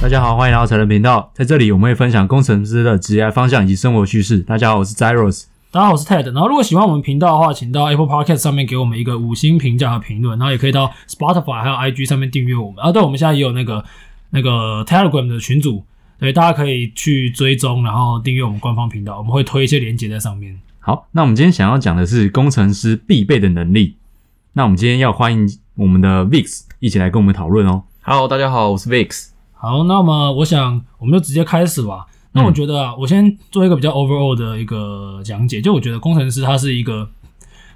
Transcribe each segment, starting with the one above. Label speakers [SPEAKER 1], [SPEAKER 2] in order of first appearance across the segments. [SPEAKER 1] 大家好，欢迎来到成人频道，在这里我们会分享工程师的职业方向以及生活趣事。大家好，我是 Zeros。
[SPEAKER 2] 大家好，我是 Ted。然后，如果喜欢我们频道的话，请到 Apple Podcast 上面给我们一个五星评价和评论，然后也可以到 Spotify 还有 IG 上面订阅我们。啊，对，我们现在也有那个那个 Telegram 的群组，对，大家可以去追踪，然后订阅我们官方频道，我们会推一些链接在上面。
[SPEAKER 1] 好，那我们今天想要讲的是工程师必备的能力。那我们今天要欢迎我们的 Vix 一起来跟我们讨论哦。
[SPEAKER 3] Hello，大家好，我是 Vix。
[SPEAKER 2] 好，那么我想我们就直接开始吧。
[SPEAKER 1] 嗯
[SPEAKER 2] 那我觉得啊，我先做一个比较 overall 的一个讲解，就我觉得工程师他是一个，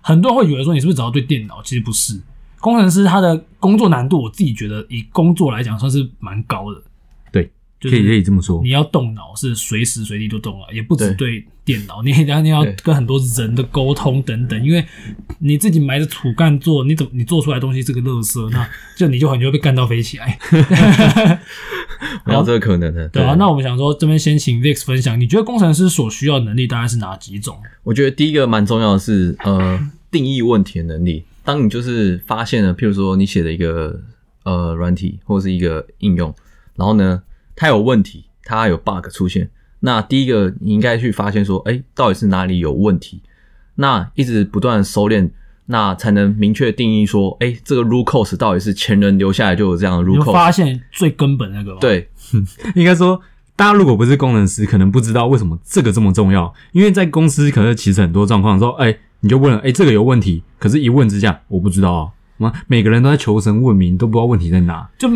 [SPEAKER 2] 很多人会以为说你是不是只要对电脑，其实不是。工程师他的工作难度，我自己觉得以工作来讲算是蛮高的，
[SPEAKER 1] 对，
[SPEAKER 2] 就
[SPEAKER 1] 可以可
[SPEAKER 2] 是
[SPEAKER 1] 以这么说
[SPEAKER 2] 你，要动脑是随时随地都动了，也不止
[SPEAKER 3] 对
[SPEAKER 2] 对电脑，你然后你要
[SPEAKER 3] 对
[SPEAKER 2] 跟很多人的沟通等等，因为你自己埋着土干做，你怎么你做出来的东西是个垃圾，那就你就很容易被干到飞起来。
[SPEAKER 3] 然后这个可能呢？
[SPEAKER 2] 对啊，那我们想说这边先请 Vix 分享，你觉得工程师所需要的能力大概是哪几种？
[SPEAKER 3] 我觉得第一个蛮重要的是， 呃，定义问题的能力。当你就是发现了，譬如说你写的一个呃软体或是一个应用，然后呢，它有问题，它有 bug 出现，那第一个你应该去发现说，哎，到底是哪里有问题？那一直不断收敛，那才能明确定义说，哎，这个 root cause 到底是前人留下来就有这样的
[SPEAKER 2] 你
[SPEAKER 3] root
[SPEAKER 2] 就发
[SPEAKER 3] cause。
[SPEAKER 2] 现最根本那个吧。，
[SPEAKER 3] 对，
[SPEAKER 1] 应该说。大家如果不是工程师，可能不知道为什么这个这么重要。因为在公司，可能其实很多状况说，哎、你就问了，哎、这个有问题，可是一问之下，我不知道啊。妈每个人都在求神问明，都不知道问题在哪。
[SPEAKER 2] 就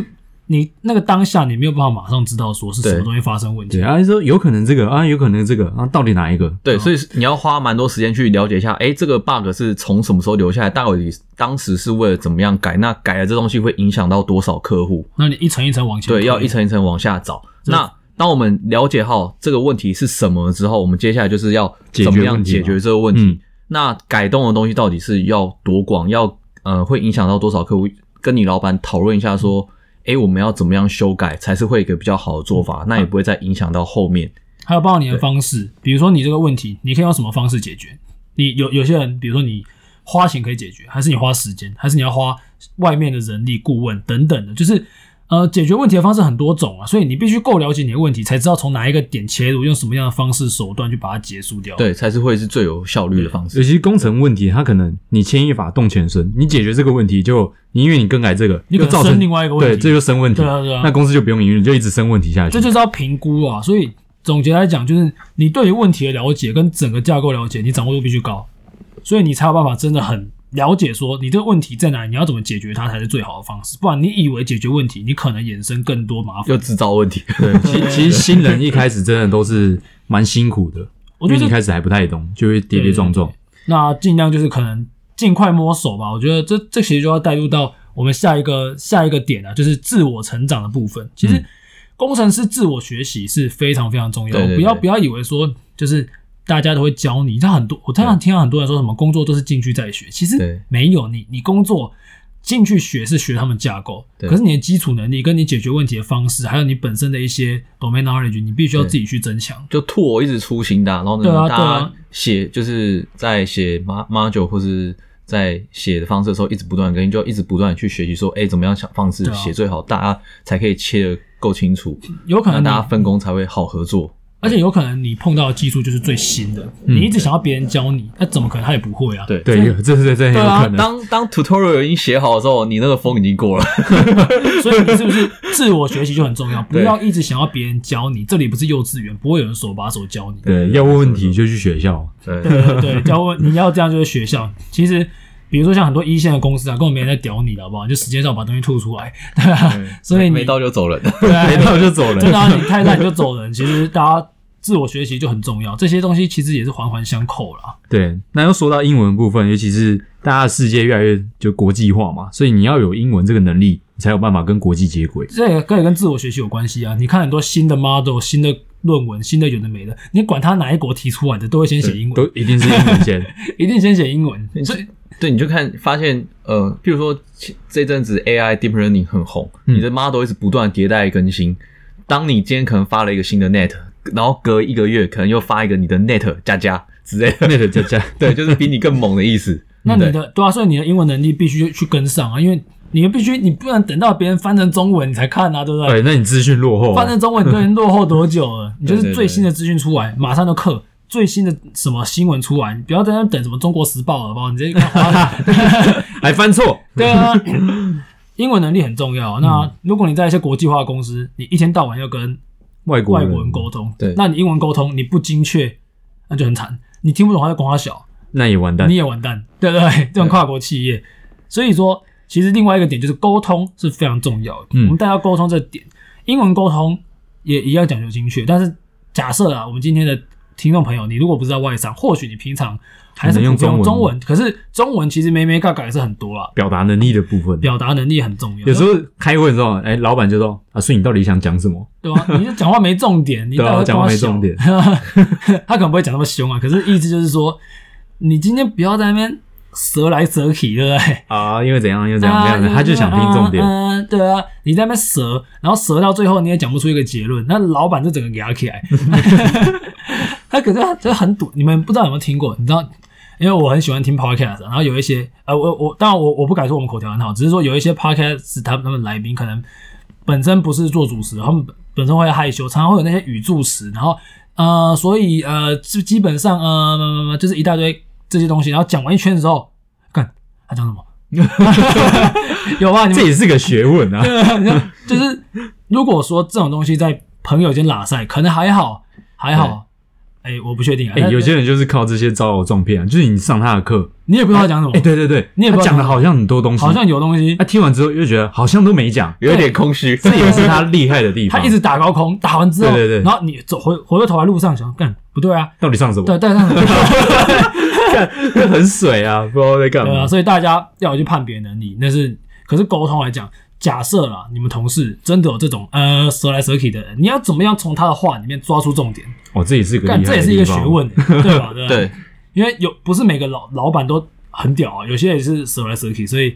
[SPEAKER 2] 你那个当下，你没有办法马上知道说是什么
[SPEAKER 3] 对
[SPEAKER 2] 东西发生问
[SPEAKER 1] 对
[SPEAKER 2] 题。
[SPEAKER 1] 啊，就说有可能这个啊，有可能这个啊，到底哪一个？
[SPEAKER 3] 对，所以你要花蛮多时间去了解一下，哎，这个 bug 是从什么时候留下来？到底当时是为了怎么样改？那改了这东西会影响到多少客户？
[SPEAKER 2] 那你一层一层往前推，
[SPEAKER 3] 对，要一层一层往下找。
[SPEAKER 2] 这
[SPEAKER 3] 那当我们了解好这个问题是什么之后，我们接下来就是要
[SPEAKER 1] 解决
[SPEAKER 3] 怎么样
[SPEAKER 1] 问题嘛
[SPEAKER 3] 解决这个问题？
[SPEAKER 1] 嗯
[SPEAKER 3] 那改动的东西到底是要多广？要呃，会影响到多少客户？跟你老板讨论一下，说，哎，我们要怎么样修改才是会一个比较好的做法？那也不会再影响到后面。
[SPEAKER 2] 还有包括你的方式，比如说你这个问题，你可以用什么方式解决？你有有些人，比如说你花钱可以解决，还是你花时间，还是你要花外面的人力、顾问等等的，就是呃，解决问题的方式很多种啊，所以你必须够了解你的问题，才知道从哪一个点切入，用什么样的方式手段去把它结束掉。，
[SPEAKER 3] 对，才是会是最有效率的方式
[SPEAKER 1] 尤。其是工程问题，它可能你牵一发动全身，你解决这个问题就你因为你更改这个，
[SPEAKER 2] 你可能
[SPEAKER 1] 又造
[SPEAKER 2] 生
[SPEAKER 1] 成
[SPEAKER 2] 另外一个问
[SPEAKER 1] 对，
[SPEAKER 2] 题，
[SPEAKER 1] 这就生问题
[SPEAKER 2] 对。啊对啊
[SPEAKER 1] 那公司就不用营运，就一直生问题下去。
[SPEAKER 2] 这就是要评估啊。所以总结来讲，就是你对于问题的了解跟整个架构了解，你掌握度必须高，所以你才有办法真的很了解说你这个问题在哪里，你要怎么解决它才是最好的方式。不然你以为解决问题，你可能衍生更多麻烦。
[SPEAKER 3] 又制造问题。
[SPEAKER 1] 对，其其实新人一开始真的都是蛮辛苦的，
[SPEAKER 2] 我
[SPEAKER 1] 因
[SPEAKER 2] 觉
[SPEAKER 1] 为你
[SPEAKER 2] 得
[SPEAKER 1] 开始还不太懂，就会跌跌撞撞。
[SPEAKER 2] 那尽量就是可能尽快摸索吧。我觉得这这其实就要带入到我们下一个下一个点啊，就是自我成长的部分。其实
[SPEAKER 1] 嗯
[SPEAKER 2] 工程师自我学习是非常非常重要的，
[SPEAKER 3] 对对对
[SPEAKER 2] 不要不要以为说就是大家都会教你，像很多我常常听到很多人说什么工作都是进去再学，其实
[SPEAKER 3] 对
[SPEAKER 2] 没有，你你工作。进去学是学他们架构，
[SPEAKER 3] 对
[SPEAKER 2] 可是你的基础能力、跟你解决问题的方式，还有你本身的一些 domain knowledge，你必须要
[SPEAKER 3] 对
[SPEAKER 2] 自己去增强。
[SPEAKER 3] 就吐我一直出新的啊、然后呢，
[SPEAKER 2] 对啊
[SPEAKER 3] 大
[SPEAKER 2] 对啊
[SPEAKER 3] 家写就是在写 mo- module 或是在写的方式的时候，一直不断地更新，就一直不断地去学习说，哎，怎么样想方式
[SPEAKER 2] 对啊
[SPEAKER 3] 写最好，大家才可以切的够清楚，
[SPEAKER 2] 有可
[SPEAKER 3] 那
[SPEAKER 2] 能
[SPEAKER 3] 大家
[SPEAKER 2] 你
[SPEAKER 3] 分工才会好合作。
[SPEAKER 2] 而且有可能你碰到的技术就是最新的，
[SPEAKER 1] 嗯
[SPEAKER 2] 你一直想要别人教你，那怎么可能他也不会啊？
[SPEAKER 3] 对
[SPEAKER 1] 对，有这这这很有
[SPEAKER 2] 对啊
[SPEAKER 1] 可能。
[SPEAKER 3] 当当 tutorial 已经写好的时候，你那个风已经过了。
[SPEAKER 2] 所以你是不是自我学习就很重要？不要一直想要别人教你，这里不是幼稚园，不会有人手把手教你。
[SPEAKER 1] 对，要问问题就去学校。
[SPEAKER 3] 对，
[SPEAKER 2] 对对，要问你要这样就是学校。其实比如说像很多一线的公司啊，根本没人在屌你的，好不好？就时间上把东西吐出来，对啊。所以你
[SPEAKER 3] 没到就走人。
[SPEAKER 2] 对啊
[SPEAKER 1] 没到就走
[SPEAKER 2] 真的
[SPEAKER 1] 人。
[SPEAKER 2] 啊、你太烂你就走人。其实大家自我学习就很重要，这些东西其实也是环环相扣啦。
[SPEAKER 1] 对，那又说到英文部分，尤其是大家的世界越来越就国际化嘛，所以你要有英文这个能力，你才有办法跟国际接轨。
[SPEAKER 2] 这也可以跟自我学习有关系啊。你看很多新的 model、新的论文、新的有的没的，你管他哪一国提出来的，都会先写英
[SPEAKER 1] 都
[SPEAKER 2] 文，
[SPEAKER 1] 一定是英文 先。
[SPEAKER 2] 一定先写英文。所以
[SPEAKER 3] 对，对，你就看发现，呃，譬如说其这阵子 AI deep learning 很红，
[SPEAKER 1] 嗯
[SPEAKER 3] 你的 model 一直不断迭代更新。当你今天可能发了一个新的 net，然后隔一个月可能又发一个你的 net 加加之类的，
[SPEAKER 1] 那个加加，
[SPEAKER 3] 对，就是比你更猛的意思。
[SPEAKER 2] 那你
[SPEAKER 3] 对
[SPEAKER 2] 的对啊，所以你的英文能力必须去跟上啊，因为你必须你不能等到别人翻成中文你才看啊，对
[SPEAKER 3] 哎
[SPEAKER 2] 不对？
[SPEAKER 1] 哎对，那你资讯落后啊、
[SPEAKER 2] 翻成中文，你都已经落后多久了？你就是
[SPEAKER 3] 对对
[SPEAKER 2] 最新的资讯出来，马上就刻。最新的什么新闻出来，你不要在那等什么《中国时报》了，好不好？你直接看华 文
[SPEAKER 1] 还翻错，
[SPEAKER 2] 对啊，英文能力很重要。啊
[SPEAKER 3] 嗯
[SPEAKER 2] 那如果你在一些国际化的公司，你一天到晚要跟
[SPEAKER 1] 外国
[SPEAKER 2] 外
[SPEAKER 1] 人
[SPEAKER 2] 国人沟通，
[SPEAKER 3] 对
[SPEAKER 2] 那你英文沟通你不精确，那就很惨。你听不懂他在讲他小，
[SPEAKER 1] 那也完蛋
[SPEAKER 2] 你。也完蛋，对不对？这种跨国企业，所以说，其实另外一个点就是沟通是非常重要的。
[SPEAKER 1] 嗯
[SPEAKER 2] 我们大家沟通这点，英文沟通也一样讲究精确。但是假设啊，我们今天的听众朋友，你如果不知道外商，或许你平常还是
[SPEAKER 1] 可能用
[SPEAKER 2] 普遍
[SPEAKER 1] 中文
[SPEAKER 2] 中文，可是中文其实没没嘎嘎也是很多啦，
[SPEAKER 1] 表达能力的部分，
[SPEAKER 2] 表达能力很重要。
[SPEAKER 1] 有时候开会的时候，哎、老板就说啊，所以你到底想讲什么？
[SPEAKER 2] 对吧、你就讲话没重点，你
[SPEAKER 1] 对啊
[SPEAKER 2] 到底在
[SPEAKER 1] 讲话没
[SPEAKER 2] 小
[SPEAKER 1] 重 点
[SPEAKER 2] 他可能不会讲那么凶啊，可是意思就是说，你今天不要在那边折来折去，对不对？
[SPEAKER 1] 啊，因为怎样，因为怎样，
[SPEAKER 2] 啊
[SPEAKER 1] 怎样，怎样他就想听重点。
[SPEAKER 2] 嗯、嗯对啊，你在那边折，然后折到最后你也讲不出一个结论，那老板就整个给他起来。 他可是他这很堵，你们不知道有没有听过？你知道，因为我很喜欢听 podcast，然后有一些呃，我我当然我我不敢说我们口条很好，只是说有一些 podcast 他们他们来宾可能本身不是做主持，他们本本身会害羞，常常会有那些语助词，然后呃，所以呃，基基本上呃，就是一大堆这些东西，然后讲完一圈之后，看他讲什么。 有吧？你们
[SPEAKER 1] 这也是个学问啊！
[SPEAKER 2] 就是如果说这种东西在朋友间拉塞，可能还好，还好。哎、我不确定啊。
[SPEAKER 1] 哎、
[SPEAKER 2] 但
[SPEAKER 1] 有些人就是靠这些招摇撞骗啊，就是你上他的课，
[SPEAKER 2] 你也不知道他讲什么，
[SPEAKER 1] 哎、对哎对对，
[SPEAKER 2] 你也不
[SPEAKER 1] 他
[SPEAKER 2] 知道
[SPEAKER 1] 讲的好像很多东西，
[SPEAKER 2] 好像有东西
[SPEAKER 1] 他、，听完之后又觉得好像都没讲，
[SPEAKER 3] 有点空虚。
[SPEAKER 1] 这也是他厉害的地方。
[SPEAKER 2] 他一直打高空，打完之后，
[SPEAKER 1] 对对对
[SPEAKER 2] 然后你走回回过头来路上想，干不对啊，
[SPEAKER 1] 到底上什 么？
[SPEAKER 2] 对，但是
[SPEAKER 1] 很水啊，不知道在干
[SPEAKER 2] 对啊，
[SPEAKER 1] 嘛。
[SPEAKER 2] 所以大家要有去判别能力，那是可是沟通来讲。假设啦，你们同事真的有这种呃蛇来蛇去的人，你要怎么样从他的话里面抓出重点？
[SPEAKER 1] 哦，这也是个厉害
[SPEAKER 2] 干，
[SPEAKER 1] 的
[SPEAKER 2] 这也是一个
[SPEAKER 1] 地方
[SPEAKER 2] 学。问、对吧？对吧
[SPEAKER 3] 对，
[SPEAKER 2] 因为有不是每个老老板都很屌啊，有些也是折来折去，所 以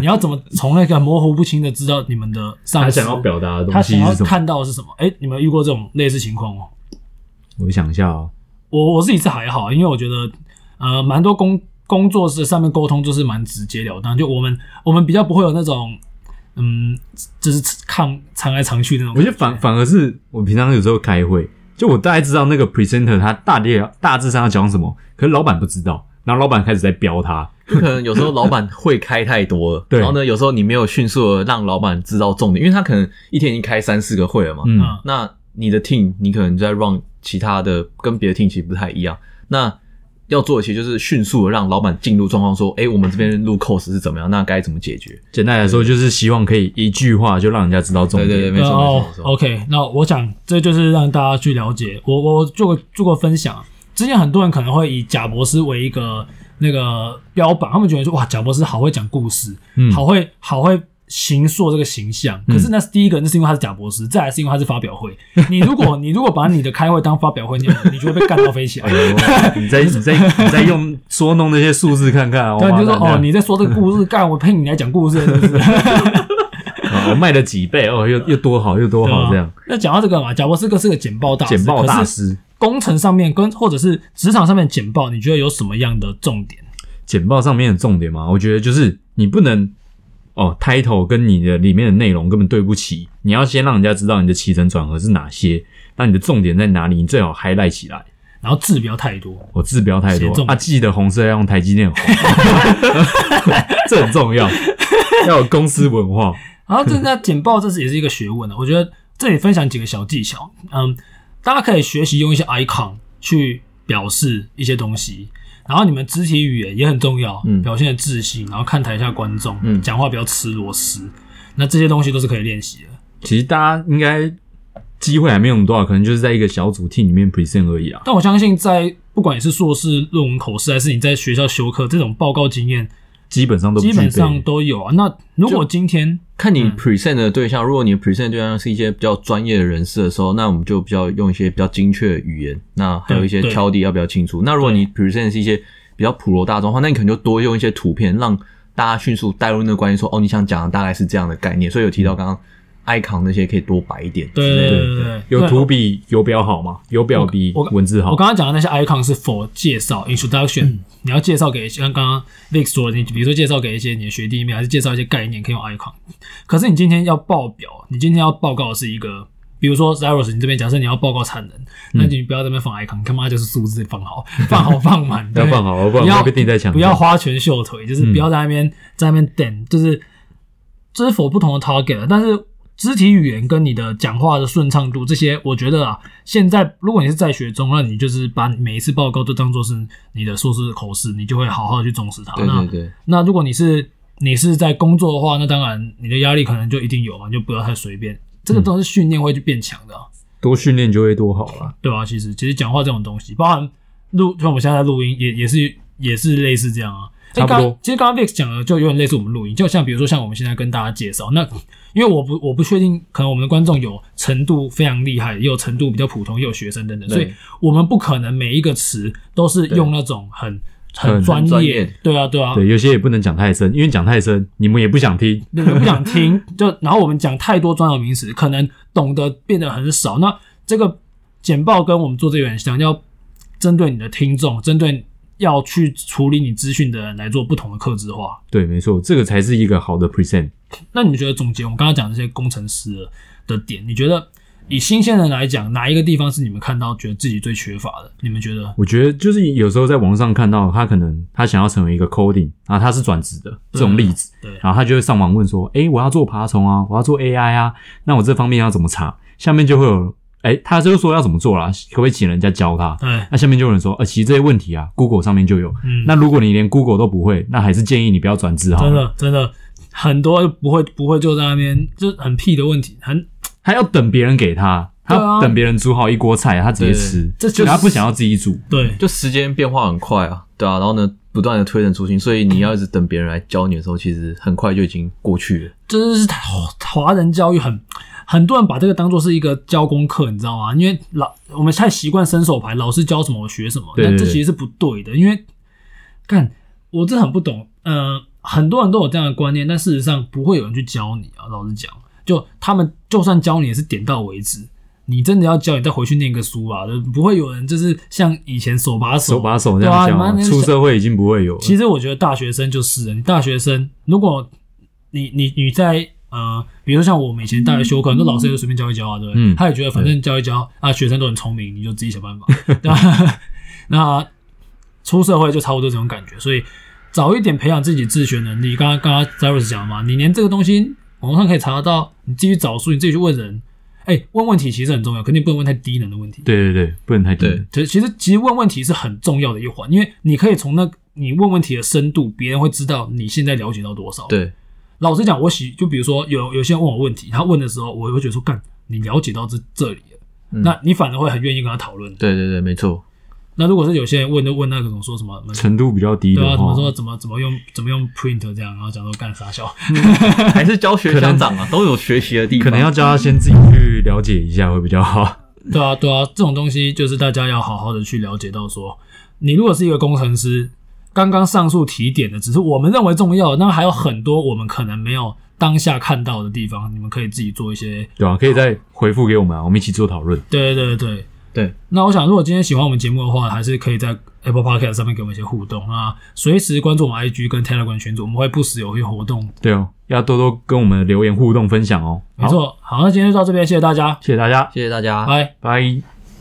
[SPEAKER 2] 你要怎么从那个模糊不清的知道你们的上
[SPEAKER 1] 他
[SPEAKER 2] 司
[SPEAKER 1] 想要表达的
[SPEAKER 2] 他
[SPEAKER 1] 东
[SPEAKER 2] 想
[SPEAKER 1] 西
[SPEAKER 2] 要
[SPEAKER 1] 是什么？
[SPEAKER 2] 看到的是什么？哎、你们有遇过这种类似情况吗？
[SPEAKER 1] 我想一下哦，
[SPEAKER 2] 我我自己是还好，因为我觉得呃，蛮多工工作室上面沟通就是蛮直截了当，就我们我们比较不会有那种嗯，就是看藏来藏去那种
[SPEAKER 1] 我。觉得反反而是我平常有时候开会，就我大概知道那个 presenter 他大略大致上要讲什么，可是老板不知道，然后老板开始在标他，
[SPEAKER 3] 就可能有时候老板会开太多了，
[SPEAKER 1] 对
[SPEAKER 3] 然后呢，有时候你没有迅速的让老板知道重点，因为他可能一天已经开三四个会了嘛。
[SPEAKER 1] 嗯，
[SPEAKER 2] 嗯
[SPEAKER 3] 那你的 team 你可能在 run 其他的跟别的 team 其实不太一样，那要做的其实就是迅速的让老板进入状况，说，哎、我们这边录 cos 是怎么样，那该怎么解决？
[SPEAKER 1] 简单来说就是希望可以一句话就让人家知道重点。
[SPEAKER 3] 对对对没错
[SPEAKER 2] 哦
[SPEAKER 3] 没错
[SPEAKER 2] ，OK，那我想这就是让大家去了解。我我做过做过分享，之前很多人可能会以贾博士为一个那个标榜，他们觉得说哇，贾博士好会讲故事，
[SPEAKER 1] 嗯
[SPEAKER 2] 好会好会形塑这个形象。可是那是第一个，那是因为他是贾博士，再来是因为他是发表会。你如果你如果把你的开会当发表会，你你就会被干到飞起来
[SPEAKER 1] 哎。呦，你再你再你再用说弄那些数字看看啊，
[SPEAKER 2] 对，
[SPEAKER 1] 哇
[SPEAKER 2] 你就说
[SPEAKER 1] 那
[SPEAKER 2] 哦，你在说这个故事，干我配你来讲故事，是不是？
[SPEAKER 1] 哦我卖了几倍哦，又又多好又多
[SPEAKER 2] 啊
[SPEAKER 1] 好哦这样，
[SPEAKER 2] 那讲到这个嘛，贾博士哥是个简报大师，
[SPEAKER 1] 简报
[SPEAKER 2] 可
[SPEAKER 1] 大
[SPEAKER 2] 是
[SPEAKER 1] 师，
[SPEAKER 2] 工程上面跟或者是职场上面简报，你觉得有什么样的重点？
[SPEAKER 1] 简报上面的重点嘛，我觉得就是你不能哦，title 跟你的里面的内容根本对不齐，你要先让人家知道你的起承转合是哪些，那你的重点在哪里，你最好 highlight 起来。
[SPEAKER 2] 然后字不要太多，
[SPEAKER 1] 我字标太多
[SPEAKER 2] 写重点
[SPEAKER 1] 啊，记得红色要用台积电红， 这很重要，要有公司文化。
[SPEAKER 2] 然后这那简报这是也是一个学问的，啊我觉得这里分享几个小技巧，嗯，大家可以学习用一些 icon 去表示一些东西，然后你们肢体语言也很重要，
[SPEAKER 3] 嗯
[SPEAKER 2] 表现的自信，然后看台下观众，
[SPEAKER 3] 嗯
[SPEAKER 2] 讲话不要吃螺丝，那这些东西都是可以练习的。
[SPEAKER 1] 其实大家应该机会还没有多啊少，可能就是在一个小组 team 里面 present 而已啊。
[SPEAKER 2] 但我相信在不管你是硕士论文口试，还是你在学校修课，这种报告经验
[SPEAKER 1] 基本上都不
[SPEAKER 2] 基
[SPEAKER 1] 具
[SPEAKER 2] 本上
[SPEAKER 1] 备。
[SPEAKER 2] 都有啊。那如果今天
[SPEAKER 3] 看你
[SPEAKER 2] 嗯
[SPEAKER 3] present 的对象，如果你的 present 对象是一些比较专业的人士的时候，那我们就比较用一些比较精确的语言，那还有一些
[SPEAKER 2] 对对
[SPEAKER 3] 敲地要比较清楚。那如果你 present 是一些比较普罗大众的话，那你可能就多用一
[SPEAKER 2] 嗯
[SPEAKER 3] 些图片，让大家迅速带入那个观念，说哦，你想讲的大概是这样的概念。所以有提到刚刚 icon 那些可以多摆一点之类的。
[SPEAKER 2] 对对对对，
[SPEAKER 1] 有
[SPEAKER 2] 对
[SPEAKER 1] 图比有表好吗？有表比
[SPEAKER 2] 我我
[SPEAKER 1] 文字
[SPEAKER 2] 我
[SPEAKER 1] 好。
[SPEAKER 2] 刚刚讲的那些 icon 是 for 介绍 introduction，、你
[SPEAKER 1] 嗯
[SPEAKER 2] 要介绍给像刚刚 Vic 说的，你比如说介绍给一些你的学弟妹，还是介绍一些概念，可以用 icon。可是你今天要报表，你今天要报告的是一个，比如说 Zeros，你这边假设你要报告产能，
[SPEAKER 1] 嗯
[SPEAKER 2] 那你不要在那边放 icon，你他妈就是数字放好，放 好放满，
[SPEAKER 1] 不要放好，不
[SPEAKER 2] 不
[SPEAKER 1] 然
[SPEAKER 2] 要
[SPEAKER 1] 会被钉在墙上。
[SPEAKER 2] 不要花拳绣腿，
[SPEAKER 1] 嗯
[SPEAKER 2] 就是不要在那边、在那边等，就是这是否不同的 target，但是肢体语言跟你的讲话的顺畅度这些，我觉得啊，现在如果你是在学中，那你就是把每一次报告都当做是你的硕士口试，你就会好好地去重视它。
[SPEAKER 3] 对
[SPEAKER 2] 那
[SPEAKER 3] 对对，
[SPEAKER 2] 那如果你是你是在工作的话，那当然你的压力可能就一定有嘛，你就不要太随便，
[SPEAKER 1] 嗯
[SPEAKER 2] 这个都是训练会去变强的啊、
[SPEAKER 1] 多训练就会多好啦。
[SPEAKER 2] 对啊，其实其实讲话这种东西，包含录，像我们现在在录音，也也是也是类似这样啊。
[SPEAKER 1] 差不多
[SPEAKER 2] 诶刚其实刚刚 Vix 讲的就有点类似我们录音，就像比如说像我们现在跟大家介绍，那因为我不我不确定，可能我们的观众有程度非常厉害，也有程度比较普通，也有学生等等，
[SPEAKER 3] 对
[SPEAKER 2] 所以我们不可能每一个词都是用那种很很
[SPEAKER 1] 很
[SPEAKER 2] 专
[SPEAKER 3] 专
[SPEAKER 2] 业
[SPEAKER 3] 业，
[SPEAKER 2] 对啊对啊，
[SPEAKER 1] 对，有些也不能讲太深，因为讲太深你们也不想听。
[SPEAKER 2] 你们不想听， 就然后我们讲太多专有名词，可能懂得变得很少。那这个简报跟我们做这个有点像，要针对你的听众，针对要去处理你资讯的人来做不同的克制化。
[SPEAKER 1] 对，没错，这个才是一个好的 present。
[SPEAKER 2] 那你们觉得总结我们刚刚讲这些工程师的点，你觉得以新鲜人来讲，哪一个地方是你们看到觉得自己最缺乏的？你们觉得？
[SPEAKER 1] 我觉得就是有时候在网上看到他可能他想要成为一个 coding，然后他是转职的
[SPEAKER 2] 嗯
[SPEAKER 1] 这种例子，
[SPEAKER 2] 对
[SPEAKER 1] 然后他就会上网问说，诶，我要做爬虫啊，我要做 AI 啊，那我这方面要怎么查？下面就会有，诶，他就说要怎么做啦，可不可以请人家教他？
[SPEAKER 2] 对，
[SPEAKER 1] 那下面就有人说，呃，其实这些问题啊，Google 上面就有。
[SPEAKER 2] 嗯，
[SPEAKER 1] 那如果你连 Google 都不会，那还是建议你不要转职好了。
[SPEAKER 2] 真的真的很多不会不会就在那边就是很屁的问题，很
[SPEAKER 1] 他要等别人给他，
[SPEAKER 2] 对啊
[SPEAKER 1] 他等别人煮好一锅菜，他直接吃，
[SPEAKER 2] 这就是哦
[SPEAKER 1] 他不想要自己煮。
[SPEAKER 2] 对
[SPEAKER 3] 就时间变化很快啊，对啊，然后呢，不断的推陈出新，所以你要一直等别人来教你的时候，其实很快就已经过去了。
[SPEAKER 2] 这是华华人教育很很多人把这个当做是一个教功课，你知道吗？因为老我们太习惯伸手牌，老师教什么我学什么，
[SPEAKER 1] 对对
[SPEAKER 2] 但这
[SPEAKER 1] 对
[SPEAKER 2] 其实是不对的。因为看我真的很不懂，呃，很多人都有这样的观念，但事实上不会有人去教你啊。老实讲，就他们就算教你也是点到为止。你真的要教，你再回去念个书啊，就不会有人就是像以前手把手
[SPEAKER 1] 手把手这样
[SPEAKER 2] 对啊
[SPEAKER 1] 教啊、
[SPEAKER 2] 你妈那
[SPEAKER 1] 出社会已经不会有了。
[SPEAKER 2] 其实我觉得大学生就是了，你大学生，如果你你你在呃，比如说像我们以前大学修课，很多老师也就随便教一教啊，对不对？
[SPEAKER 1] 嗯
[SPEAKER 2] 他也觉得反正教一教啊，学生都很聪明，你就自己想办法。对
[SPEAKER 1] 嗯
[SPEAKER 2] 吧？ 那出社会就差不多这种感觉，所以早一点培养自己自学能力。刚刚刚刚 Zaros 讲了嘛，你连这个东西网络上可以查得到，你自己找书，你自己去问人。哎、问问题其实很重要，肯定不能问太低能的问题。
[SPEAKER 1] 对对对，不能太低。
[SPEAKER 2] 其实
[SPEAKER 3] 对
[SPEAKER 2] 其实其实问问题是很重要的一环，因为你可以从那你问问题的深度，别人会知道你现在了解到多少。，
[SPEAKER 3] 对，
[SPEAKER 2] 老实讲，我喜就比如说有有些人问我问题，他问的时候，我会觉得说，干，你了解到这这里了，
[SPEAKER 3] 嗯
[SPEAKER 2] 那你反而会很愿意跟他讨论。
[SPEAKER 3] 对对对，没错，
[SPEAKER 2] 那如果是有些人问就问那种说什么，
[SPEAKER 1] 程度比较低的
[SPEAKER 2] 对啊，
[SPEAKER 1] 话，
[SPEAKER 2] 怎
[SPEAKER 3] 哦
[SPEAKER 2] 么说怎么怎么用怎么用 print 这样，然后讲说干傻笑，
[SPEAKER 3] 还是教学相长啊，都有学习的地方。
[SPEAKER 1] 可能要叫他先自己去了解一下会比较好。
[SPEAKER 2] 对啊，对啊，这种东西就是大家要好好的去了解到说，你如果是一个工程师，刚刚上述提点的只是我们认为重要的，那还有很多我们可能没有当下看到的地方，你们可以自己做一些。
[SPEAKER 1] 对啊，可以再回复给我们啊，我们一起做讨论。
[SPEAKER 2] 对对对对。
[SPEAKER 3] 对，
[SPEAKER 2] 那我想，如果今天喜欢我们节目的话，还是可以在 Apple Podcast 上面给我们一些互动啊，随时关注我们 IG 跟 Telegram 群组，我们会不时有一些活动。
[SPEAKER 1] 对哦，要多多跟我们留言互动分享哦。
[SPEAKER 2] 没
[SPEAKER 1] 好，
[SPEAKER 2] 错，好，那今天就到这边，谢谢大家，
[SPEAKER 1] 谢谢大家，
[SPEAKER 3] 谢谢大家，
[SPEAKER 2] 拜。
[SPEAKER 1] 拜。